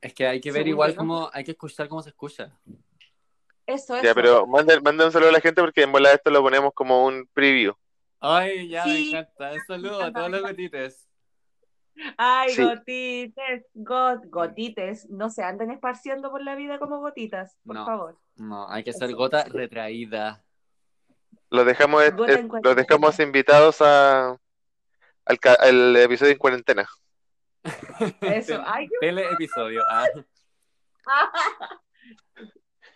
Es que hay que ver Según igual yo. cómo, hay que escuchar cómo se escucha. Eso, eso. Ya, pero manden, manden un saludo a la gente porque en bola esto lo ponemos como un preview. Ay, ya, Sí. me encanta. Un saludo a encanta, todos me los gotites. Ay, Sí. gotites, got, gotites. No se anden esparciendo por la vida como gotitas, por No. favor. No, hay que ser Eso. gota retraída. Los dejamos, eh, Gota en eh, los cuarentena. dejamos invitados a, al ca- al episodio en cuarentena. Eso. Ay, Teleepisodio. Ah.